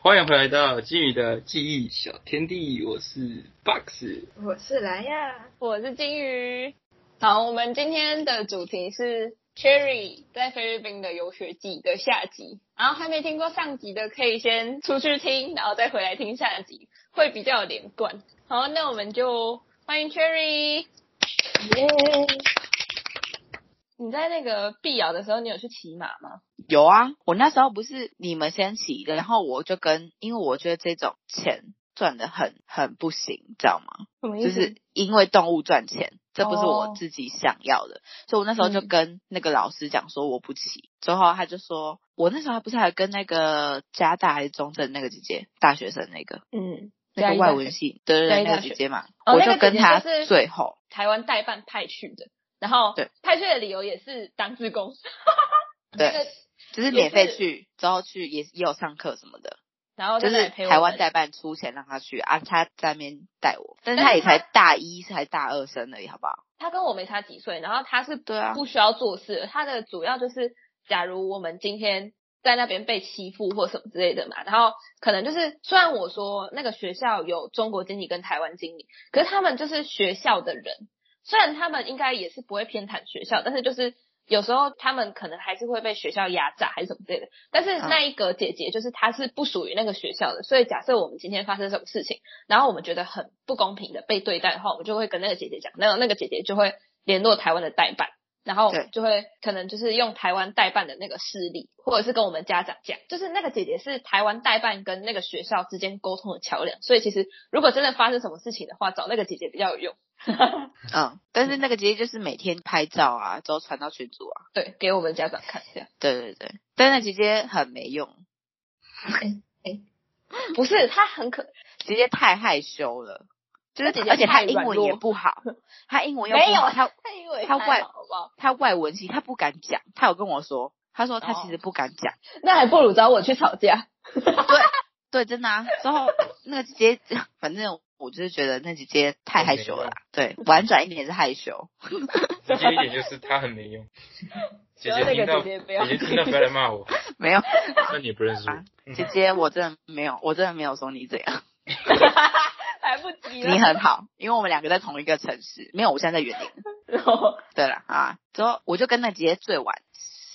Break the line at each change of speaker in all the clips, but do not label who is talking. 欢迎回来到金鱼的记忆小天地，我是 Box。
我是蓝亚，
我是金鱼。好，我们今天的主题是 Cherry 在菲律宾的游学记的下集。然后还没听过上集的，可以先出去听，然后再回来听下集，会比较有连贯。好，那我们就欢迎 Cherry。
耶、
你在那个碧瑶的时候，你有去骑马吗？
有啊，我那时候不是你们先起的，然后我就跟，因为我觉得这种钱赚的很很不行，你知道吗？
什么意
就
思？
是因为动物赚钱，这不是
哦
我自己想要的，所以我那时候就
嗯
跟那个老师讲说我不骑，之后他就说，我那时候还不是还跟那个加大还是中正那个姐姐，大学生那个
嗯，
那个外文系，
嘉
对对对，
义
那
大
个
学
姐姐嘛，
哦
我
那个
就跟
姐姐
她
就是
最后，
台湾代办派去的，然后
对
派去的理由也是当志工。
对
那个
只
也
是免费
是
去，之后去也也有上课什么的。
然后
就
再
是
哦来陪我
台湾
们
代办出钱让他去啊，他在那边带我，但是
但
他
是
也才大一，才大二生而已，好不好？
他跟我没差几岁，然后他是
对啊
不需要做事的，他的主要就是，假如我们今天在那边被欺负或什么之类的嘛，然后可能就是，虽然我说那个学校有中国经理跟台湾经理，可是他们就是学校的人，虽然他们应该也是不会偏袒学校，但是就是有时候他们可能还是会被学校压榨还是什么之类的。但是那一个姐姐就是她是不属于那个学校的，所以假设我们今天发生什么事情，然后我们觉得很不公平的被对待的话，我们就会跟那个姐姐讲，那那个姐姐就会联络台湾的代办。然后
对
就会可能就是用台湾代办的那个势力，或者是跟我们家长讲，就是那个姐姐是台湾代办跟那个学校之间沟通的桥梁，所以其实如果真的发生什么事情的话，找那个姐姐比较有用。
嗯，但是那个姐姐就是每天拍照啊，之后传到群组啊，
对，给我们家长看这样。
对对对，但那姐姐很没用，
不是，他很可
姐姐太害羞了，就是
那姐姐
而且她
太
英
软
文也
弱
不 好，她英文又
没
不
有
好，她
他因为
他外
好不好？
她外文系，她不敢讲，她有跟我说，她说她
哦
其实不敢讲。
那还不如找我去吵 架。
对，真的啊。之 后那个姐姐， 反正我就是觉得那姐姐太害羞了啊。对，婉转一点是害羞。
直接一点就是他很没用。姐姐听到，
不要
姐
那个姐姐不要
姐听到不要来骂 我，
没有，
那你不认识我
啊。姐姐，我真的没有，我真的没有说你怎样，
来不及了。
你很好，因为我们两个在同一个城市。没有，我现在在园林。
然后
对了啊，之后我就跟那姐姐最晚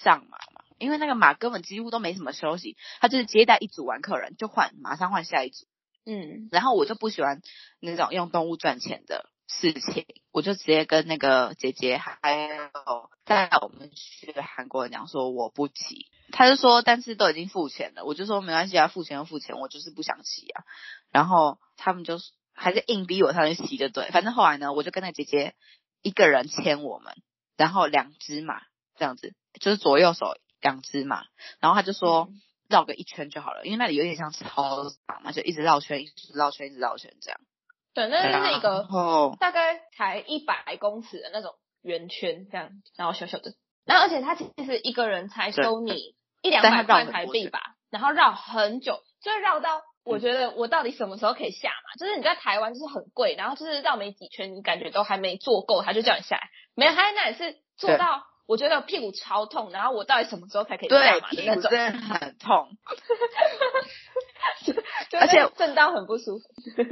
上马嘛，因为那个马根本几乎都没什么休息，他就是接待一组完客人就换，马上换下一组。
嗯，
然后我就不喜欢那种用动物赚钱的事情，我就直接跟那个姐姐还有带我们去韩国人讲说我不骑，他就说但是都已经付钱了，我就说没关系啊，付钱就付钱，我就是不想骑啊。然后他们就还是硬逼我上去骑就对，反正后来呢，我就跟那姐姐一个人牵我们，然后两只马这样子，就是左右手两只马，然后他就说。绕个一圈就好了，因为那里有点像操场嘛，就一直绕圈，一直绕圈，一直绕圈这样。
对，那是一
啊然
个
后
大概才一百公尺的那种圆圈这样，然后小小的。然后而且他其实一个人才收你一两
但他
百块
绕很多
台币吧，然后绕很久，就绕到我觉
嗯
得我到底什么时候可以下嘛？就是你在台湾就是很贵，然后就是绕没几圈，你感觉都还没坐够，他就叫你下来。没有，他在那里是坐
对
到我觉得屁股超痛，然后我到底什么时候才可以下
对
嘛的
屁
那
股
种，
真的 很痛，
就是
而且
震到很不舒服。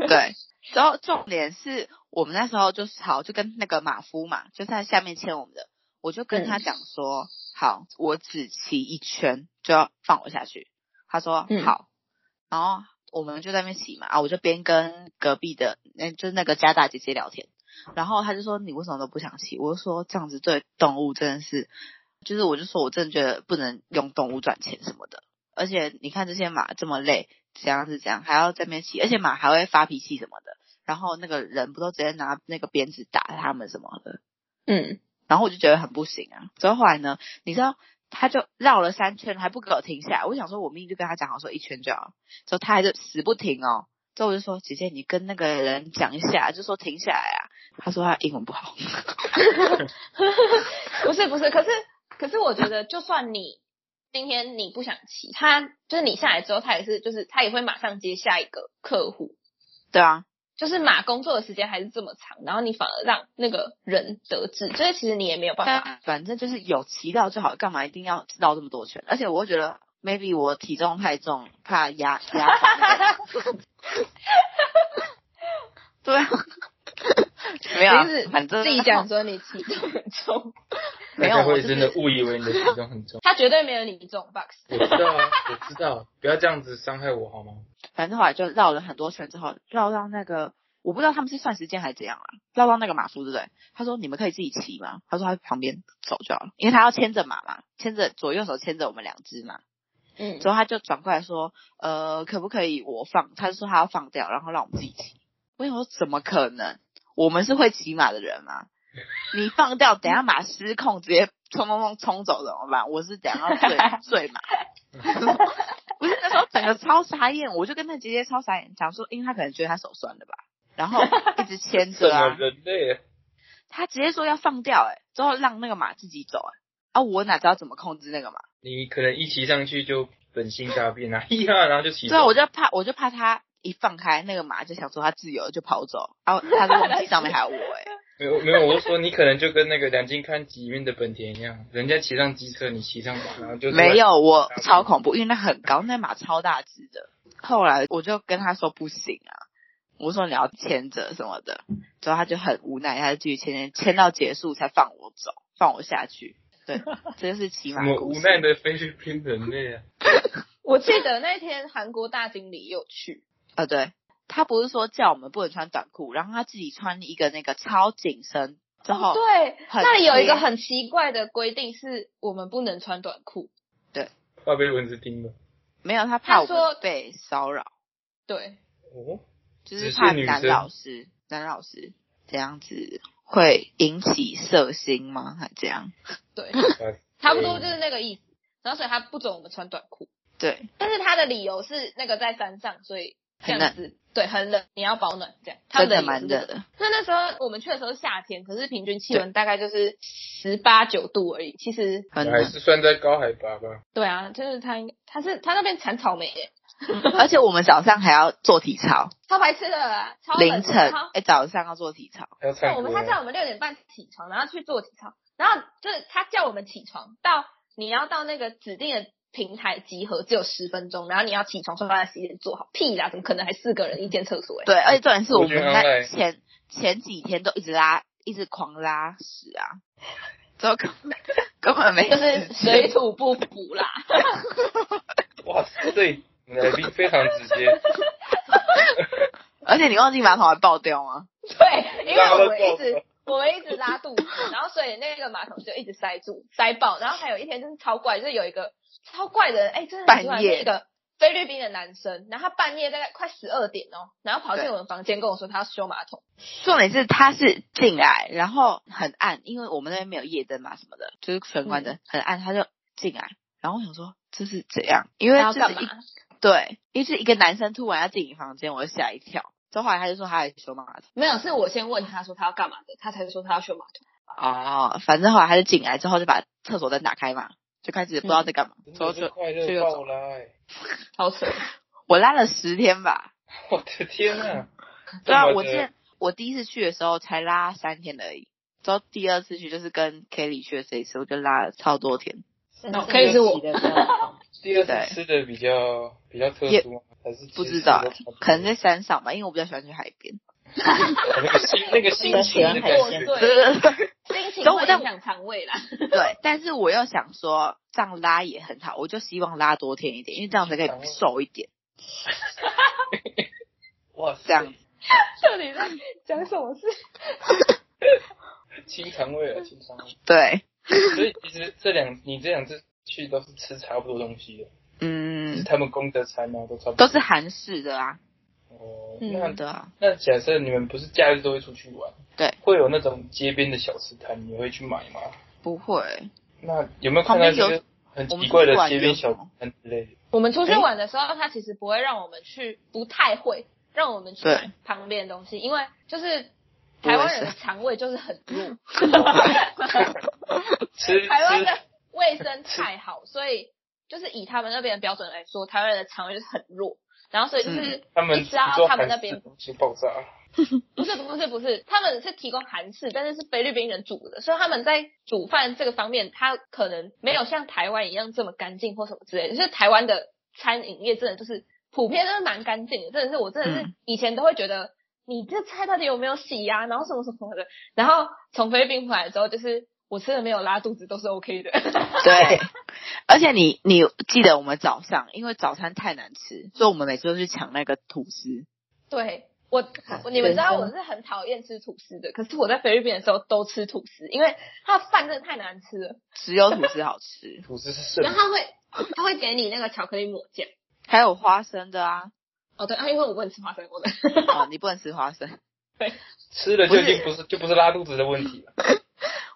对。然后重点是我们那时候就是好，就跟那个马夫嘛，就是在下面牵我们的，我就跟
嗯
他讲说，好，我只骑一圈就要放我下去。他说、
嗯
好，然后我们就在那边骑嘛，啊，我就边跟隔壁的，那就是那个加大姐姐聊天，然后他就说你为什么都不想骑？我就说这样子对动物真的是，就是我就说我真的觉得不能用动物赚钱什么的，而且你看这些马这么累，怎样是怎样，还要在那边骑，而且马还会发脾气什么的，然后那个人不都直接拿那个鞭子打他们什么的，
嗯，
然后我就觉得很不行啊。之后后来呢，你知道他就绕了三圈，还不给我停下来。我想说，我明明就跟他讲好说一圈就好，之后他还是死不停哦。之后我就说：“姐姐，你跟那个人讲一下，就说停下来啊。”他说他英文不好，
不是不是，可是可是我觉得，就算你今天你不想骑，他就是你下来之后，他也是就是他也会马上接下一个客户，
对啊，
就是马工作的时间还是这么长，然后你反而让那个人得志， 就是其实你也没有办法。
但反正就是有骑到就好，干嘛一定要绕这么多圈？而且我会觉得 maybe 我体重太重，怕压压垮 那个。对啊， 没有啊
林子，
反正
自己讲说你体重很重，。
没有
大家
我
会
就
真
是
的误以为你的体重很重
他绝对没有你重，Box。
我知道啊，我知道，不要这样子伤害我好吗？
反正后来就绕了很多圈之后，绕到那个我不知道他们是算时间还是怎样啊，绕到那个马夫对不对？他说你们可以自己骑吗？他说他在旁边走就好了，因为他要牵着马嘛，牵着左右手牵着我们两只马，
嗯
之，后他就转过来说，呃，可不可以我放？他就说他要放掉，然后让我们自己骑。我想说怎么可能？我们是会骑马的人啊！你放掉，等下马失控，直接冲冲冲冲走怎么办？我是等下要醉醉马。不是那时候整个超傻眼，我就跟那姐姐超傻眼，想说，因为他可能觉得他手酸了吧，然后一直牵
什
着
么
啊，
人类啊？
他直接说要放掉、欸，哎，之后让那个马自己走、欸，啊，我哪知道怎么控制那个马？
你可能一骑上去就本性大变啊， 嘿哈，然后就骑走。
对啊，我就怕，我就怕他一放开那个马，就想说他自由了就跑走，然后他就忘记上面还有我、欸，
没有没有，我是说你可能就跟那个两金看集运的本田一样，人家骑上机车，你骑上马，然后 就
没。有，我超恐怖，因为那很高，那马超大只的。后来我就跟他说不行啊，我说你要牵着什么的，之后他就很无奈，他就继续牵牵牵到结束才放我走，放我下去。 对，这就是骑
什
马
么
故
无
事
奈的菲律宾人类啊！
我记得那天韩国大经理有去，
啊、对他不是说叫我们不能穿短裤，然后他自己穿一个那个超紧身，之
哦
后、
对，
很
那里有一个
贴
很奇怪的规定，是我们不能穿短裤。
怕被蚊子叮了。
没有，他怕我
他说
们被骚扰。
对，
哦，
就是
只是
怕
女
男
生
老师，男老师这样子会引起色心吗？还这样？
对，
啊
差不多就是那个意思。然后所以他不准我们穿短裤，
对，
但是他的理由是那个在山上，所以这
很冷
样子对很冷，你要保暖这样。他
真
们理由是这
的蛮
个
热的。
那那时候我们去的时候是夏天，可是平均气温大概就是十八九度而已。其实，
很
还
冷，
是算在高海拔吧。
对啊，就是他应该他是他那边产草莓耶，
嗯而且我们早上还要做体操，
超白痴的啦，超冷
凌晨
超
哎、早上要做体操，
还要
对，
唱
哎我们
歌
他叫
啊。
我们六点半起床，然后去做体操，然后就是他叫我们起床，到你要到那个指定的平台集合，只有十分钟，然后你要起床刷牙洗脸做好，屁啦，怎么可能还四个人一间厕所、欸？
对，而且重点是我
我
们
觉得很
在
累
前前几天都一直拉，一直狂拉屎啊， 之后根本根本没
就是
时间
水土不服 啦，
哇塞，对，你来宾非常直 接，
而且你忘记马桶还爆掉吗？
对，因为
拉
我
了
们一直
爆
我们一直拉肚子，然后所以那个马桶就一直塞住塞爆，然后还有一天真是超怪，就是有一个超怪的人，哎、真的很奇怪，
半夜
是一个菲律宾的男生，然后他半夜大概快十二点哦，然后跑进
对
我们房间跟我说他要修马桶。
重点是他是进来，然后很暗，因为我们那边没有夜灯嘛什么的，就是全关灯，很暗，他就进来。然后我想说这是怎样？因为
他要
这
干
是一
嘛？
对，因为是一个男生突然要进你房间，我就吓一跳。之后后来他就说他来修马桶
没有，是我先问他说他要干嘛的，他才说他要修马桶。
哦，反正后来他就进来之后就把厕所灯打开嘛，就开始不知道在干嘛。
真
嗯
之后
的是
就
快
就
乐
又
爆
走。
啦！欸
超扯，
我拉了十天吧，
我的天啊！
对啊，
这么的
我之前我第一次去的时候才拉三天而已，之后第二次去就是跟 Kelly 去的这一次，我就拉了超多天。
那可以是我
第二次吃的比较比较特殊吗，还是
不知道
其实吃的都差多，
可能在山上吧，因为我比较喜欢去海边。
那个心那个心情的感
我
觉。
对
对
心情
等我
会
再
影响肠 胃啦。
对，但是我又想说这样拉也很好，我就希望拉多天一点，因为这样才可以瘦一点。
哇塞，
这样
这里在讲什么事？
清肠胃啊，清肠胃。
对，
所以其实这两你这两次去都是吃差不多东西的，是
嗯，
他们公德餐吗？都差不多。
都是韩式的啊，
哦，
嗯
那
对啊，
那假设你们不是假日都会出去玩，
对，
会有那种街边的小吃摊，你会去买吗？
不会，
那有没有看到一
旁边有
些很奇怪
我们出去
的
玩
街边
有
小吃摊之类的？
我们出去玩的时候，他其实不会让我们去，不太会让我们去
对
买旁边的东西，因为就是台湾人的肠胃就是很弱，
吃
台湾的
吃
卫生太好，所以就是以他们那边的标准来说，台湾人的肠胃就是很弱，然后所以就是
他们
一吃到
做
他们
韩
那
式
边
东西爆炸，
不是不是不是，他们是提供韩式，但是是菲律宾人煮的，所以他们在煮饭这个方面，他可能没有像台湾一样这么干净或什么之类的。就是台湾的餐饮业真的就是普遍都是蛮干净的，真的是我真的是
嗯
以前都会觉得、你这菜到底有没有洗呀、然后什么什么的，然后从菲律宾回来之后，就是我吃了没有拉肚子都是 OK 的。
对， 而且你你记得我们早上，因为早餐太难吃，所以我们每次都去抢那个吐司。
对我
好，
你们知道
人生
我是很讨厌吃吐司的，可是我在菲律宾的时候都吃吐司，因为它的饭真的太难吃了。
只有吐司好 吃，
吐司是圣
然后他会他会给你那个巧克力抹酱。
还有花生的啊，
哦，对，啊，因为我不能吃花生果的。
哦，你不能吃花生。
吃了就已经
不
不是就不是拉肚子的问题了。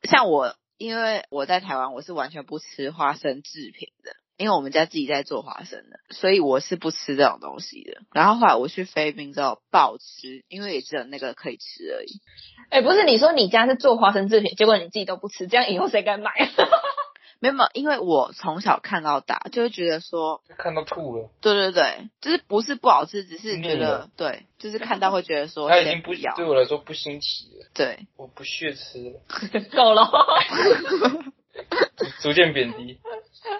像我，因为我在台湾，我是完全不吃花生制品的，因为我们家自己在做花生的，所以我是不吃这种东西的。然后后来我去菲律宾之后暴吃，因为也只有那个可以吃而已。
哎、不是，你说你家是做花生制品，结果你自己都不吃，这样以后谁敢买？
没有，没有因为我从小看到大，就会觉得说，
看到吐了，
对对对，就是不是不好吃，只是觉
腻
得
了
对，就是看到会觉得说
它嗯已
先
经不
要，
对我来说不新奇了，
对，
我不屑吃了，
够了。
逐渐贬 低。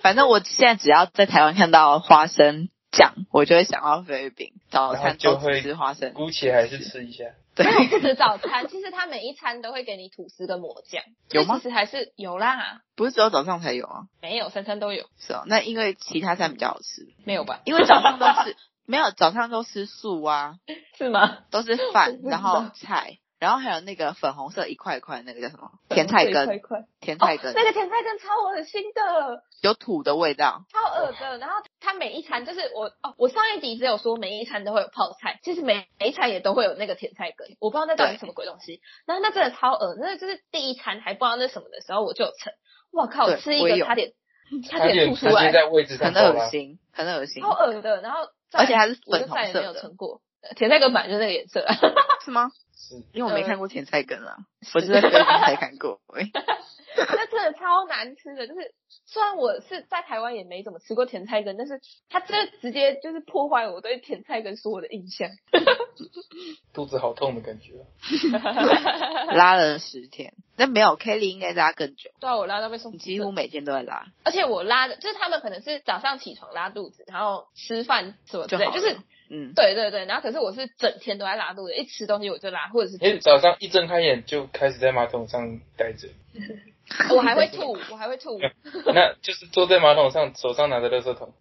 反正我现在只要在台湾看到花生酱，我就会想到菲律宾早
然后
餐
就
都
会
只吃花生，
姑且还是吃一下。
对，
那我不吃早餐，其实他每一餐都会给你吐司跟抹酱，
有
所
吗
以其实还是有啦，
不是只有早上才有啊。
没有，三餐都有，
是哦，那因为其他餐比较好吃，
没有吧？
因为早上都吃没有早上都吃素啊，
是吗？
都是
我
饭，
不知道
然后菜，然后还有那个粉红色一块一块的那个叫什么甜菜
快
根，
快快
甜菜根、
哦那个甜菜根超恶心的。
有土的味道，
超恶的。然后它每一餐就是我哦，我上一集只有说每一餐都会有泡菜，其实每每一餐也都会有那个甜菜根，我不知道那到底是什么鬼东西。然后那真的超恶，那就是第一餐还不知道那是什么的时候我就有盛，哇靠，
对
吃一
我也
个
有
差 点差
他
点
也
吐出
直接
来，
在位置上
很
爆
恶
啦，
心，很恶心
超，恶的。然后再来
而且它是
我就
粉红
再也
色
没有
的
盛过呃甜菜根，本来就是那个颜色。啊
是吗？
是
因为我没
呃
看过甜菜根啊，我是在菲律宾才 看过。喂
那真的超难吃的，就是虽然我是在台湾也没怎么吃过甜菜根，但是它真的直接就是破坏我对甜菜根所有的印象。
肚子好痛的感觉。
拉了十天，但没有 Kelly 应该拉更久，
对啊，我拉到被送
你
急
几
诊
乎每天都在拉，
而且我拉的，就是他们可能是早上起床拉肚子，然后吃饭什么之
就
类，
好
就
了
是
嗯，
对对对，然后可是我是整天都在拉肚子，一吃东西我就拉， 或者是
因为早上一睁开眼就开始在马桶上待着，
我还会吐，我还会吐，
那就是坐在马桶上，手上拿着垃圾 桶，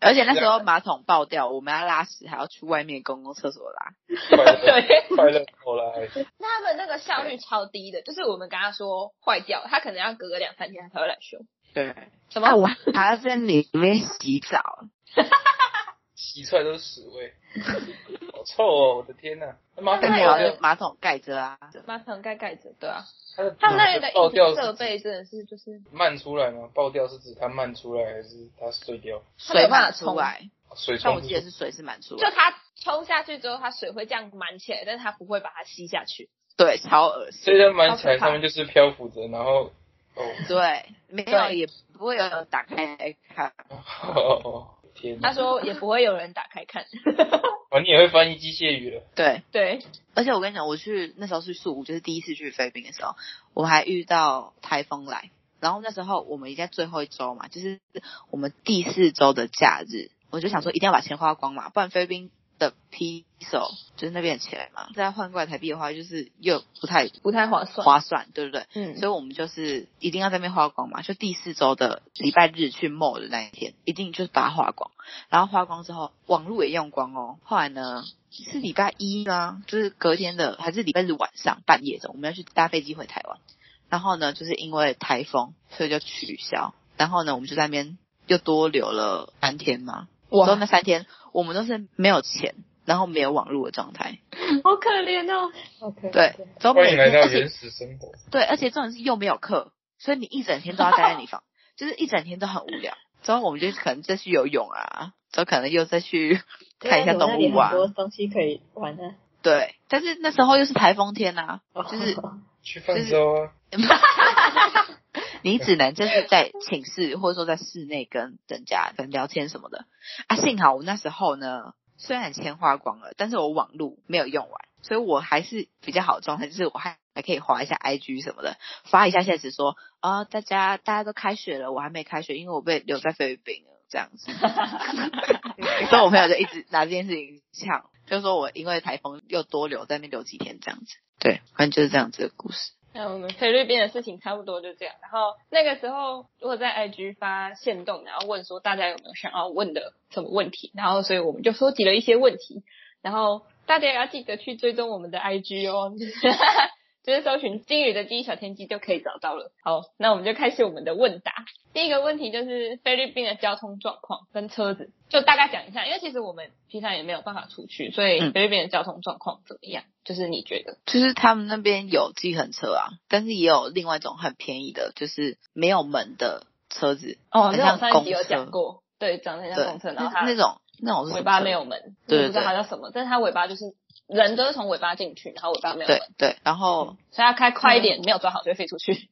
而且那时候马桶爆掉，我们要拉屎还要去外面公共厕所拉，
快乐
对，
快乐过来。
那他们那个效率超低的，就是我们跟他说坏掉，他可能要隔个两三天他才会来修。
对。
什么？
那啊我还要在里面洗澡，
洗出来都是屎味， 好臭哦！我的天呐、那马桶
但
那
是
也
有
爆
有
掉，
马桶盖着啊，
马桶盖盖着，对啊，
它的
他们那里的
爆
硬
掉
体
是
设备真的是就是
漫出来吗？爆掉是指它漫出来，还是它碎掉？
水满出来，
水
但我
冲
记得是水是满出
就
来，
它冲下去之后，它水会这样满起来，但是它不会把它吸下去。
对，超恶心，
所以它满起
好可
来
怕
上面就是漂浮着，然后哦
对，没有
对
也不会有人打开来看，
哦，天
他
呐，
说也不会有人打开看。
哦，你也会翻译机械语了，
对，
对，
而且我跟你讲，我去那时候去宿务，就是第一次去菲律宾的时候，我还遇到台风来，然后那时候我们已经在最后一周嘛，就是我们第四周的假日，我就想说一定要把钱花光嘛，不然菲律宾的 peso 就是那边的钱嘛，再换过来台币的话，就是又不太
不太划算。
划算，对不对？
嗯，
所以我们就是一定要在那边花光嘛，就第四周的礼拜日去 mall 的那一天，一定就是把它花光。然后花光之后，网络也用光哦。后来呢，是礼拜一呢，就是隔天的，还是礼拜日晚上半夜的，我们要去搭飞机回台湾。然后呢，就是因为台风，所以就取消。然后呢，我们就在那边又多留了三天嘛。
哇
之后那三天我们都是没有钱，然后没有网络的状态。
好可怜哦。
OK，
对，之后每
欢迎来到
天 而且
原始生活。
对，而且重点是又没有课，所以你一整天都要待在你房， 就是一整天都很无聊。之后我们就可能再去游泳啊，之后可能又再去 看一下动物啊
很。多东西可以玩啊，哦
对，但是那时候又是台风天啊呐、就是
去泛舟啊，
你只能就是在寝室或者说在室内跟人家跟聊天什么的啊。幸好我那时候呢虽然钱花光了，但是我网路没有用完，所以我还是比较好的状态，就是我还还可以划一下 IG 什么的，发一下现实说啊、大家大家都开学了，我还没开学，因为我被留在菲律宾了这样子。所以我朋友就一直拿这件事情呛，就说我因为台风又多留在那边留几天这样子。对，反正就是这样子的故事。
还有我们菲律宾的事情差不多就这样。然后那个时候我在 IG 发现动，然后问说大家有没有想要问的什么问题，然后所以我们就收集了一些问题，然后大家也要记得去追踪我们的 IG 哦， 就是就是搜寻“金鱼的第一小天鸡”就可以找到了。好，那我们就开始我们的问答。第一个问题就是菲律宾的交通状况跟车子，就大概讲一下，因为其实我们平常也没有办法出去，所以
嗯
菲律宾的交通状况怎么样？就是你觉得？
就是他们那边有计程车啊，但是也有另外一种很便宜的，就是没有门的车子，
哦，
很
那
像
我上一集
公
有
车
讲过，对，长得很
对，
像公车，然后
那
它
那种那种是
尾
什么
巴
车
没有门，
对
我不知道
对
它叫什么，但是它尾巴就是人都是从尾巴进去，然后尾巴没有门
对，嗯对，然后
所以它开快一点，没有抓好就会飞出去。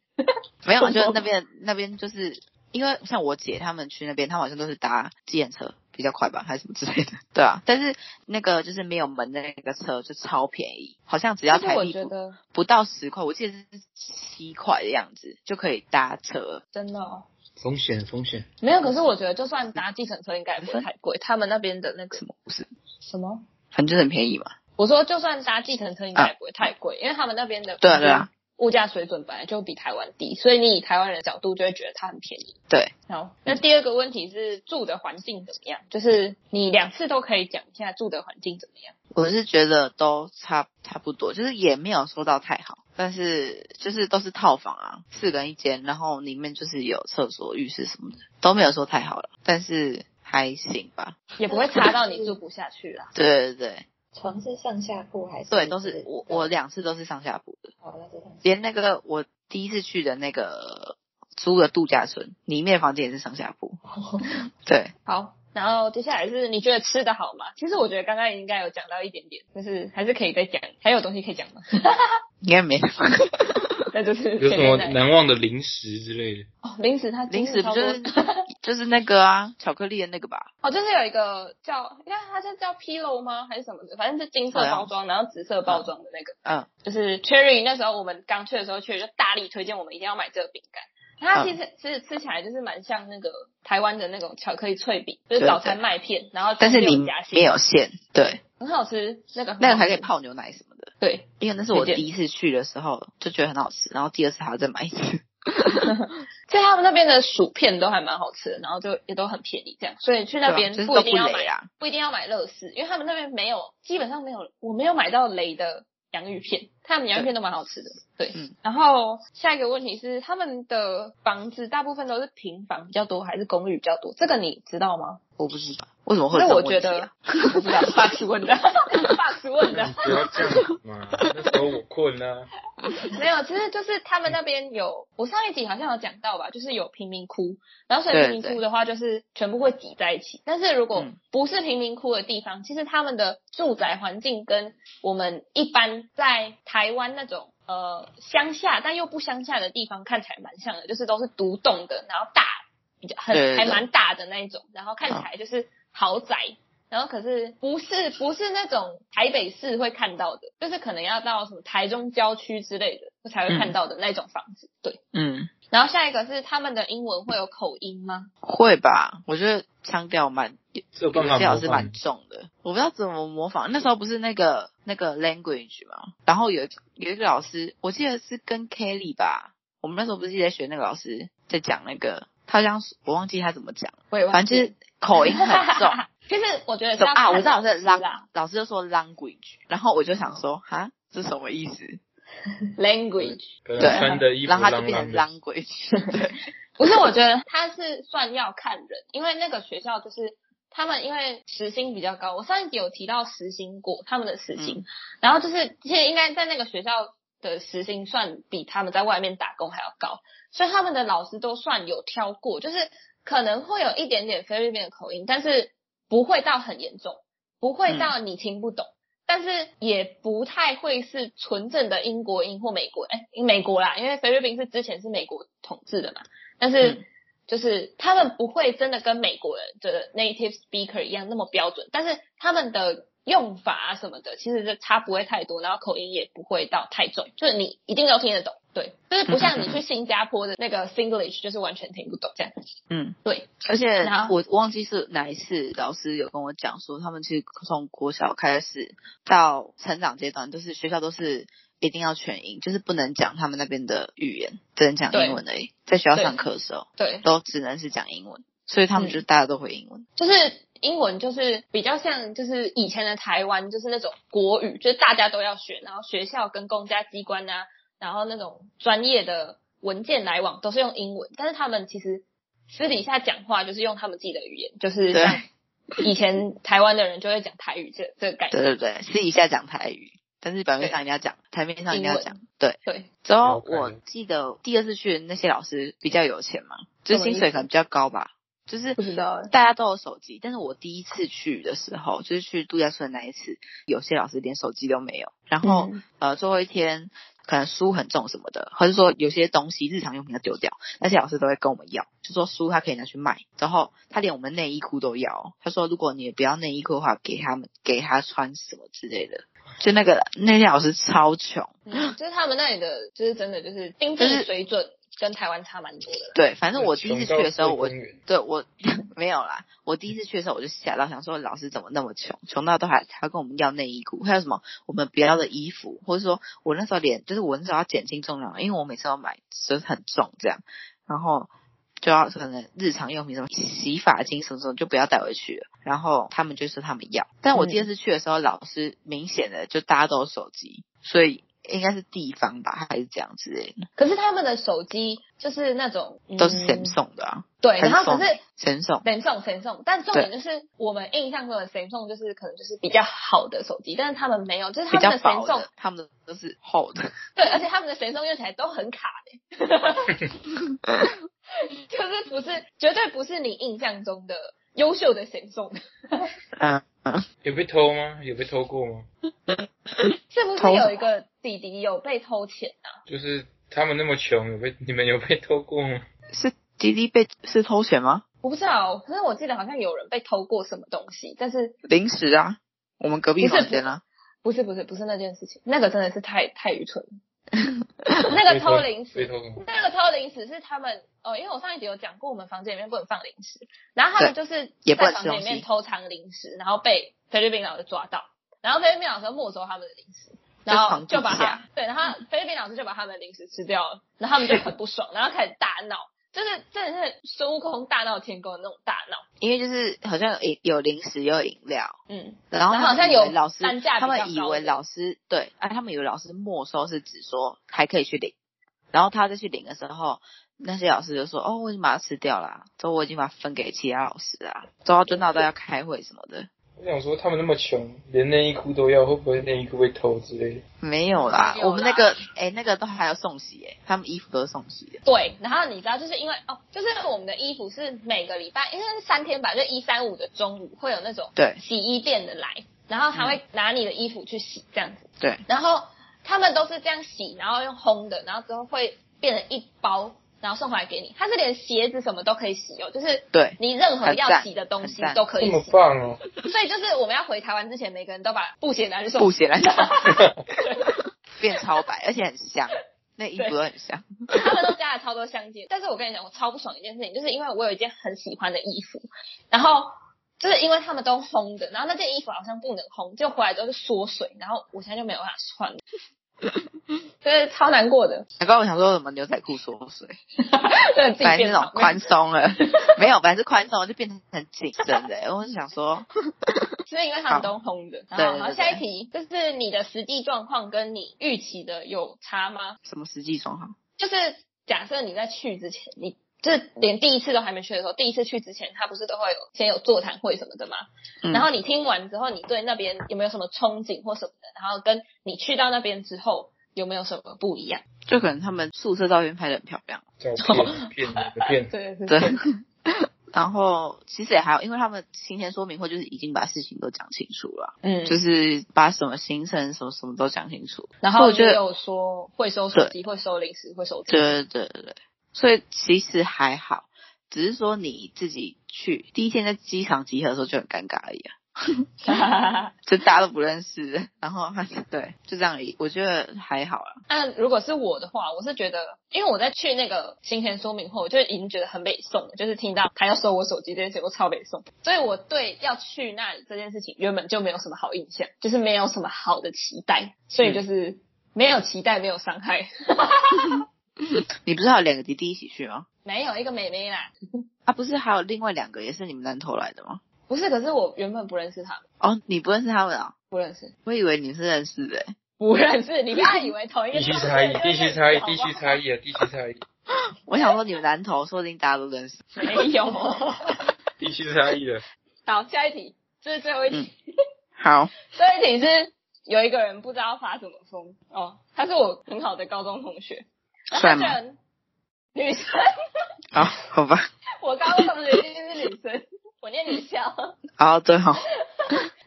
没有啊，
什么
就是那边那边就是因为像我姐他们去那边，他们好像都是搭计程车比较快吧，还是什么之类的。对啊，但是那个就是没有门的那个车就超便宜，好 像只要
就是
台
我
币
觉
不
得
不到十块，我记得是七块的样子就可以搭车。
真的哦
风险风 险，
没有，可是我觉得就算搭计程车应该也不会太贵，他们那边的那个
什么不是？
什么，
反正就是很便宜嘛。
我说就算搭计程车应该也不会太贵，因为他们那边的
啊对啊对啊，
物价水准本来就比台湾低，所以你以台湾人的角度就会觉得它很便宜。
对，
好，那第二个问题是住的环境怎么样？就是你两次都可以讲一下住的环境怎么样。
我是觉得都差差不多，就是也没有说到太好，但是就是都是套房啊，四个人一间，然后里面就是有厕所、浴室什么的，都没有说太好了，但是还行吧。
也不会差到你住不下去啦。
对对对
床是上下铺还是？啊
对，都是我我两次都是上下铺的，
好那就上下
连那个我第一次去的那个租的度假村里面的房间也是上下铺。
铺。
对，
好，然后接下来是你觉得吃的好吗？其实我觉得刚刚应该有讲到一点点，就是还是可以再讲，还有东西可以讲吗？
应该 没
那就是
有什么
前面再
难忘的零食之类的？
哦，零食它
零食不
超
就
多
是就是那个啊，巧克力的那个吧？
哦，就是有一个叫，应该它是叫 Pillow 吗？还是什么的？反正是金色
好像
包装，然后紫色包装的那个。
嗯，
就是 Cherry 那时候我们刚去的时候，Cherry 就大力推荐我们一定要买这个饼干。它
嗯
其实其实吃起来就是蛮像那个台湾的那种巧克力脆饼，就是
对
早餐麦片，然后
但是里
里
面
夹心，
有馅，对，
很好吃。那个很
那个
好
还可以
吃
泡牛奶什么的。
对，
因为那是我
推荐
第一次去的时候就觉得很好吃，然后第二次还要再买一次。
所以他们那边的薯片都还蛮好吃的，然后就也都很便宜这样。所以 去那边
对啊就是
不一
都
定要
不
买
雷啊，
不一定要买乐事，因为他们那边没有，基本上没有，我没有买到雷的洋芋片，他们洋芋片都蛮好吃的。对，
嗯
然后下一个问题是，他们的房子大部分都是平房比较多，还是公寓比较多？这个你知道吗？
我不知道为什么会有
那
这
我
种
觉
问题、
得
啊。，
我不知道，Fox 问 的，Fox 问的，
不要这样子嘛，那时候我困啊了、
没有，其实就是他们那边有，我上一集好像有讲到吧，就是有贫民窟，然后所以贫民
对
窟
对
的话就是全部会挤在一起。但是如果
嗯
不是贫民窟的地方，其实他们的住宅环境跟我们一般在台湾那种呃乡下但又不乡下的地方看起来蛮像的，就是都是独栋的，然后大比较很
对对对
还蛮大的那一种，然后看起来就是豪宅。然后可是不是不是那种台北市会看到的，就是可能要到什么台中郊区之类的才会看到的那种房子。对，
嗯，
然后下一个是他们的英文会有口音吗？
会吧？我觉得腔调蛮，
这有办法
腔调
模
是
仿
蛮。重的。我不知道怎么模仿。那时候不是那个那个 language 嘛，然后有有一个老师，我记得是跟 Kelly 吧，我们那时候不是一直在学那个老师在讲那个，他好像是我忘记他怎么讲，
我也忘
反正就是口音很重。
其实我觉得是
什
要
么啊？
看
我知道
老师
是 lang，
啦
老师就说 language，然后我就想说，哈，这什么意思？
，language
可能
对
穿的衣服
然
浪啊浪
后它就变成
的，
language，对，
不是，我觉得他是算要看人，因为那个学校就是他们因为时薪比较高，我上一集有提到时薪过他们的时薪，然后就是其实应该在那个学校的时薪算比他们在外面打工还要高，所以他们的老师都算有挑过，就是可能会有一点点菲律宾的口音，但是不会到很严重，不会到你听不懂。但是也不太会是纯正的英国音或美国，哎、美国啦，因为菲律宾是之前是美国统治的嘛，但是
嗯
就是他们不会真的跟美国人的 native speaker 一样那么标准，但是他们的用法啊什么的，其实就差不会太多，然后口音也不会到太重，就是你一定都听得懂。对，就是不像你去新加坡的那个 Singlish，就是完全听不懂这样。
嗯，
对，
而且
然后
我忘记是哪一次老师有跟我讲说，他们其实从国小开始到成长阶段，都是学校都是一定要全英，就是不能讲他们那边的语言，只能讲
对
英文而已。在学校上课的时候，
对，
都只能是讲英文，所以他们就大家都会英文。
就是英文就是比较像就是以前的台湾，就是那种国语，就是大家都要学，然后学校跟公家机关啊，然后那种专业的文件来往都是用英文，但是他们其实私底下讲话就是用他们自己的语言，就是
对
像以前台湾的人就会讲台语这这个概
对
念，
对对，私底下讲台语，但是表面上一定要讲，台面上一定要讲。对，
对，
之
了
后
解
我记得第二次去的那些老师比较有钱嘛，就
什
是
么意
薪
思
水可能比较高吧，就是
不知道欸
大家都有手机，但是我第一次去的时候，就是去度假村那一次，有些老师连手机都没有，然后、
嗯
呃最后一天可能书很重什么的，或者说有些东西日常用品要丢掉，那些老师都会跟我们要，就说书他可以拿去卖，然后他连我们内衣裤都要哦，他说如果你不要内衣裤的话，给他们给他穿什么之类的，就那个那些老师超穷。
嗯就是他们那里的就是真的就是经
就
济
是
水准跟台湾差蛮多的啦，
对，反正我第一
穷
次去
到
的时
贵
候，我
公园
对我 没有啦。我第一次去的时候，我就吓到，想说老师怎么那么穷，穷到都还还要跟我们要内衣裤，还有什么我们不要的衣服，或者说我那时候连就是我那时候要减轻重量，因为我每次要买就是很重这样，然后就要可能日常用品什么洗发精什么什么就不要带回去了。然后他们就说他们要，但我
嗯
第二次去的时候，老师明显的就大家都有手机，所以应该是地方吧，还是这样之类的，
可是他们的手机就是那种、嗯
都是 Samsung 的啊
对，然后可
很
是。
，Samsung。
Samsung Samsung，但重点就是我们印象中的 Samsung 就是可能就是比较好的手机，但是他们没有，就是
比
他们
较
的
薄
Samsung
的，他们都是厚的。
对，而且他们的 Samsung 用起来都很卡的、
嗯
就是不是绝对不是你印象中的优秀的 Samsung，
嗯，
有被偷吗？有被偷过吗？
是不是
偷什么
有一个弟弟有被偷钱啊？
就是他们那么穷，有被你们有被偷过吗？
是迪迪被是偷钱吗？
我不知道，可是我记得好像有人被偷过什么东西，但是
零食啊，我们隔壁
不是
房间啊，
不是不是不是那件事情，那个真的是太太愚 蠢了，那个偷零食
被偷过。
那个偷零食是他们，呃，因为我上一集有讲过，我们房间里面不能放零食，然后他们就是
也不能
在
吃
房间里
东西
面偷藏零食，然后被菲律宾老师抓到，然后菲律宾老师没收他们的零食，然
在
后
床底
就把他
下
对，然后菲律宾老师就把他们的零食吃掉了，然后他们就很不爽，然后开始大闹，就是真的是孙悟空大闹天宫的那种大闹，
因为就是好像有饮有零食，也有饮料。
嗯，
然后
然后
他
好
们
像
以为
有
老师
单价，比
他
较高的
们以为老师对，哎、他们以为老师没收是指说还可以去领，然后他再去领的时候，那些老师就说：“哦，我已经把它吃掉了啊，之后我已经把它分给其他老师啊，之后就闹到要开会什么的。”
我想说，他们那么穷，连内衣裤都要，会不会内衣裤被偷之类的？
没有啦，
没有啦
我们那个哎、那个都还要送洗哎、他们衣服都是送洗的。
对，然后你知道，就是因为哦，就是我们的衣服是每个礼拜，因为是三天吧，就一三五的中午会有那种
对
洗衣店的来，然后他会拿你的衣服去洗这样子，
嗯对，
然后他们都是这样洗，然后用烘的，然后之后会变成一包，然后送回来给你。它是连鞋子什么都可以洗哦，就是
对
你任何
很
要
赞
洗的东西
很赞
都可
这
以
么
洗。
棒 哦！
所以就是我们要回台湾之前，每个人都把布鞋拿去
布
送。
鞋来 讲，变超白，而且很香，那衣服都很香。
他们都加了超多香精。但是我跟你讲，我超不爽一件事情，就是因为我有一件很喜欢的衣服，然后就是因为他们都烘的，然后那件衣服好像不能烘，就回来之后就缩水，然后我现在就没有办法穿了， 就是超难过的。
难怪我想说什么牛仔裤缩水，
对，自己
本来是
变
那
胖
种宽松 了，没有，本来是宽松，就变成很紧身的、我是想说，
是因为他们都烘的。
对
然
对
后，好，
对
下一题就是你的实际状况跟你预期的有差吗？
什么实际状况？
就是假设你在去之前，你就是连第一次都还没去的时候，第一次去之前，他不是都会有先有座谈会什么的吗？
嗯
然后你听完之后，你对那边有没有什么憧憬或什么的？然后跟你去到那边之后，有没有什么不一样？
就可能他们宿舍照片拍的很漂亮，
照片骗你的骗子，
对
对。 然后其实也还好，因为他们行前说明会就是已经把事情都讲清楚了，
嗯，
就是把什么行程什么什么都讲清楚。
然
所以
后
我觉
也
得
有 说会收手机，会收零食，会收钱
对对对对，所以其实还好，只是说你自己去第一天在机场集合的时候就很尴尬而已啊，就大家都不认识，然后还是对，就这样而已，我觉得还好啊啦。
那如果是我的话，我是觉得，因为我在去那个行前说明后，我就已经觉得很北宋了，就是听到他要收我手机这件事，我超北宋，所以我对要去那里这件事情原本就没有什么好印象，就是没有什么好的期待，所以就是没有期待，没有伤害，
你不是还有两个弟弟一起去吗？
没有一个妹妹啦，
啊，不是还有另外两个也是你们南投来的吗？
不是，可是我原本不认识他们，
哦，你不认识他们啊？
不认识，
我以为你是认识的、欸，
不认识，你不要以为同一个
地区差 异，地区差异，地
区
区差异啊，地区差异，
我想说你们南投，说不定大家都认识。
没有。
地区差异的。
好，下一题，这是最后一题。
嗯好，
这一题是有一个人不知道发什么疯哦，他是我很好的高中同学，然后他
帅吗
居然女生，
好，哦好吧，
我高中同学一定是女生，我念女校，
好，对好，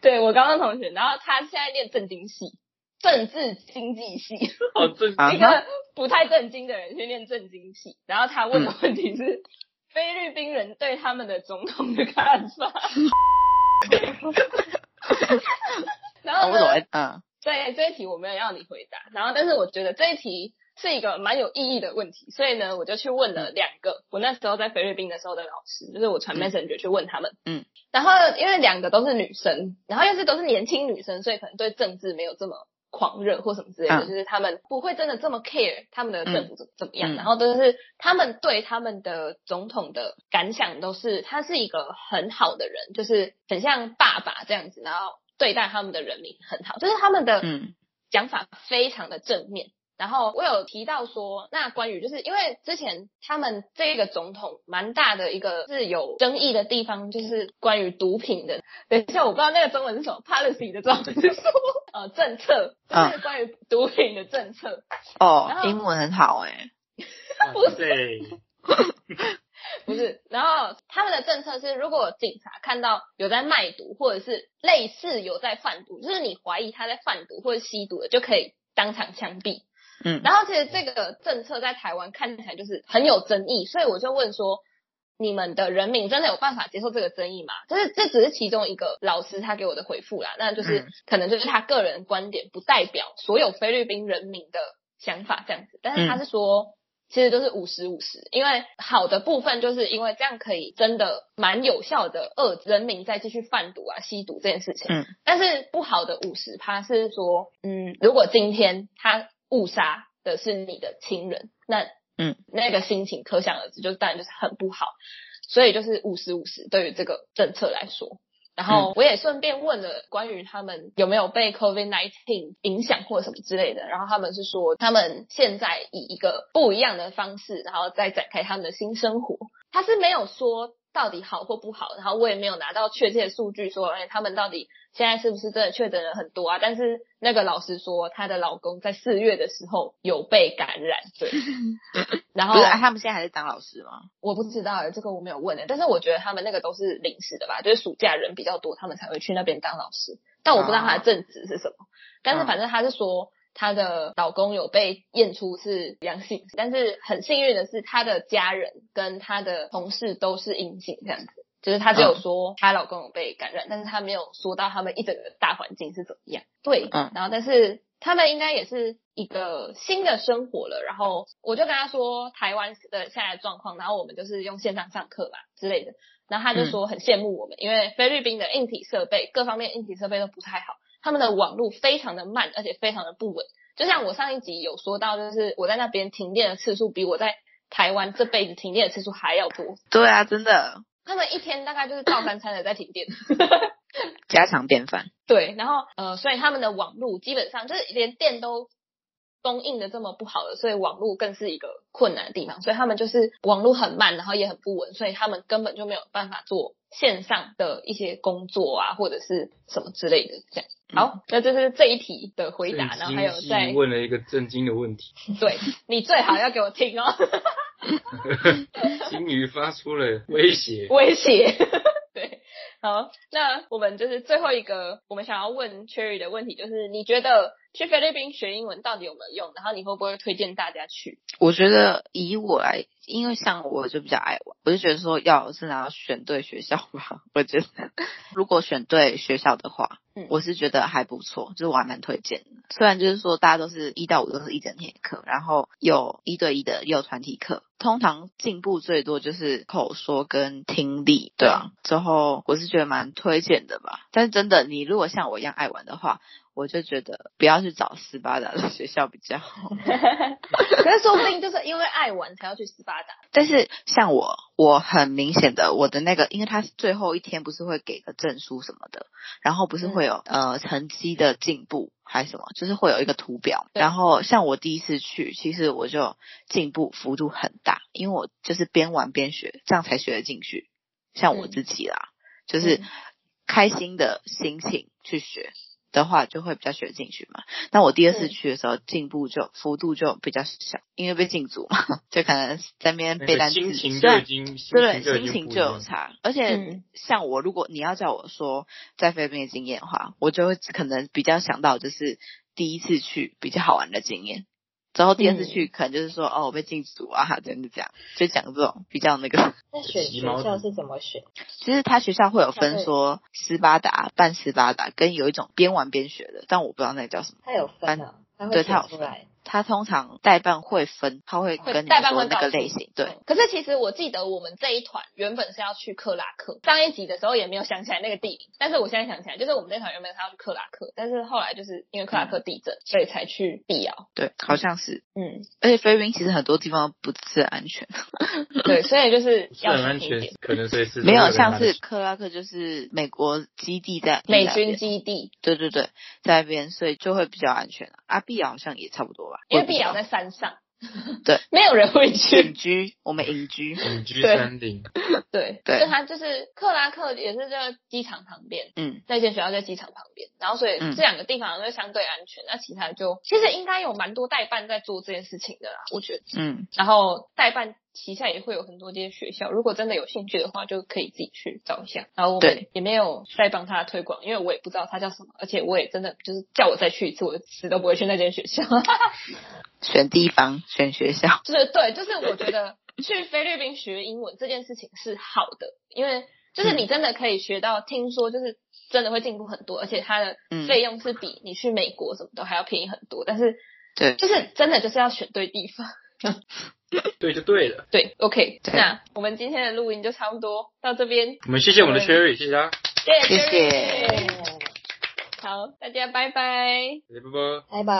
对我高中同学，然后他现在念政经系，政治经济系，
哦，这
啊
一个不太正经的人去念政经系，然后他问
嗯
的问题是、菲律宾人对他们的总统的看 法，然
啊
后
我
呢
怎么会嗯，
对这一题我没有要你回答，然后但是我觉得这一题是一个蛮有意义的问题，所以呢，我就去问了两个我那时候在菲律宾的时候的老师，就是我传
嗯
messenger 去问他们，
嗯，
然后因为两个都是女生，然后又是都是年轻女生，所以可能对政治没有这么。狂热或什么之类的，
嗯
就是他们不会真的这么 care 他们的政府怎怎么样，
嗯
然后都是他们对他们的总统的感想都是他是一个很好的人，就是很像爸爸这样子，然后对待他们的人民很好，就是他们的
嗯
讲法非常的正面。然后我有提到说，那关于就是因为之前他们这个总统蛮大的一个是有争议的地方，就是关于毒品的。等一下，我不知道那个中文是什么，policy 的中文是什么？呃，政策，就是关于毒品的政策。然
哦，
后
英文很好哎、
哇塞，
不是， 然后他们的政策是，如果警察看到有在卖毒，或者是类似有在贩毒，就是你怀疑他在贩毒或者吸毒的，就可以当场枪毙。
嗯
然后其实这个政策在台湾看起来就是很有争议，所以我就问说，你们的人民真的有办法接受这个争议吗？就是这只是其中一个老师他给我的回复啦，那就是、
嗯
可能就是他个人观点，不代表所有菲律宾人民的想法这样子，但是他是说。其实都是五十五十，因为好的部分就是因为这样可以真的蛮有效的遏人民再继续贩毒啊、吸毒这件事情。
嗯，
但是不好的五十趴是说，嗯，如果今天他误杀的是你的亲人，那
嗯，
那个心情可想而知，就是当然就是很不好。所以就是五十五十对于这个政策来说。然
嗯
后我也顺便问了关于他们有没有被 COVID 19影响或什么之类的，然后他们是说他们现在以一个不一样的方式，然后再展开他们的新生活。他是没有说到底好或不好，然后我也没有拿到确切的数据说，哎，他们到底现在是不是真的确诊人很多啊？但是那个老师说，她的老公在四月的时候有被感染， 对，然后
不是、啊他们现在还在当老师吗？
我不知道欸，这个我没有问的、但是我觉得他们那个都是临时的吧，就是暑假人比较多，他们才会去那边当老师。但我不知道他的正职是什么，但是反正他是说她的老公有被验出是阳性，但是很幸运的是，她的家人跟她的同事都是阴性，这样子。就是她只有说她老公有被感染，但是她没有说到他们一整个大环境是怎么样。对，
嗯
然后但是他们应该也是一个新的生活了。然后我就跟他说台湾的现在的状况，然后我们就是用线上上课嘛之类的。然后他就说很羡慕我们，因为菲律宾的硬体设备各方面硬体设备都不太好，他们的网络非常的慢，而且非常的不稳。就像我上一集有说到，就是我在那边停电的次数比我在台湾这辈子停电的次数还要多。
对啊，真的
他们一天大概就是照三餐的在停电。
家常便饭。
对，然后呃，所以他们的网络基本上就是连电都供应的这么不好了，所以网络更是一个困难的地方。所以他们就是网络很慢，然后也很不稳，所以他们根本就没有办法做线上的一些工作啊，或者是什么之类的这样。好，那这是这一题的回答，然后还有在
系问了一个震惊的问题，
对你最好要给我听哦，
金鱼发出了威胁。
威胁。 对，好，那我们就是最后一个，我们想要问 Cherry 的问题，就是你觉得去菲律宾学英文到底有没有用？然后你会不会推荐大家去？
我觉得以我来，因为像我就比较爱玩，我就觉得说要是然后选对学校吧，我觉得如果选对学校的话，
嗯
我是觉得还不错，就是我还蛮推荐的。虽然就是说大家都是一到五都是一整天的课，然后有一对一的，也有团体课。通常进步最多就是口说跟听力，对啊。之后我是觉得蛮推荐的吧。但是真的，你如果像我一样爱玩的话，我就觉得不要去找斯巴达的 学校比较好。
可是说不定就是因为爱玩才要去斯巴达。
但是像我，我很明显的我的那个，因为他最后一天不是会给个证书什么的，然后不是会有、呃成绩的进步还是什么，就是会有一个图表。
对
然后像我第一次去，其实我就进步幅度很大，因为我就是边玩边学，这样才学得进去。像我
嗯
自己啦，就是
嗯
开心的心情去学的话，就会比较学得进去嘛。那我第二次
嗯
去的时候，进步就幅度就比较小，因为被禁足嘛，就可能在那边
那
背
个
单词，
心情
虽
就
然
已经
对
就已
心
经
情
不一
就有
样
差。而且
嗯
像我，如果你要叫我说在菲律宾的经验的话，我就会可能比较想到就是第一次去比较好玩的经验。之后第二次
嗯
去可能就是说、哦，我被禁足啊，真的这样，就讲这种比较那个。
那选
洗
学
毛
校
巾
是怎么选？
其实他学校会有分
对
说斯巴达、半斯巴达，跟有一种边玩边学的，但我不知道那个叫什么。
它有分啊，它会
对它有
选出来。
他通常代办会分，他会
会
跟你
代办
说
会
那个
告诉
类
你
型，对，。
可是其实我记得我们这一团原本是要去克拉克，上一集的时候也没有想起来那个地名，但是我现在想起来，就是我们这一团原本是要去克拉克，但是后来就是因为克拉克地震，所以才去碧瑶。
对，好像是。
嗯，
而且菲律宾其实很多地方不是很安全，
对，所以就是
不是
要
很
小
安
心一
全
点。，
可能随时都
没有
会被
像
拿
是
去
克拉克就是美国基地在
美
在那
军
边
基地，
对对对，在那边，所以就会比较安全啊。阿碧瑶好像也差不多吧，
因
我
为
也不
碧
知
瑶
道
在山上，
对，
没有人会 去
隐。居，我们隐居，
隐居
对
山林，
对，
对
所以他就是克拉克也是在机场旁边，
嗯，
那间学校在机场旁边，然后所以
嗯
这两个地方都相对安全，那其他就其实应该有蛮多代办在做这件事情的啦，我觉得。
嗯，
然后代办旗下也会有很多这些学校，如果真的有兴趣的话，就可以自己去找一下。然后我们
对
也没有在帮他推广，因为我也不知道他叫什么，而且我也真的就是叫我再去一次，我死都不会去那间学校。
选地方，选学校，
就是对，就是我觉得去菲律宾学英文这件事情是好的，因为就是
嗯
你真的可以学到，听说就是真的会进步很多，而且它的
嗯
费用是比你去美国什么都还要便宜很多。但是
对
就是真的就是要选对地方。
对就对了。
对，OK，
对
那我们今天的录音就差不多到这边，
我们谢谢我们的
对
Cherry，谢谢他，
谢
谢谢
谢，好，大家拜拜。
谢谢波波，
拜拜。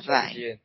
嗯
拜
再。见。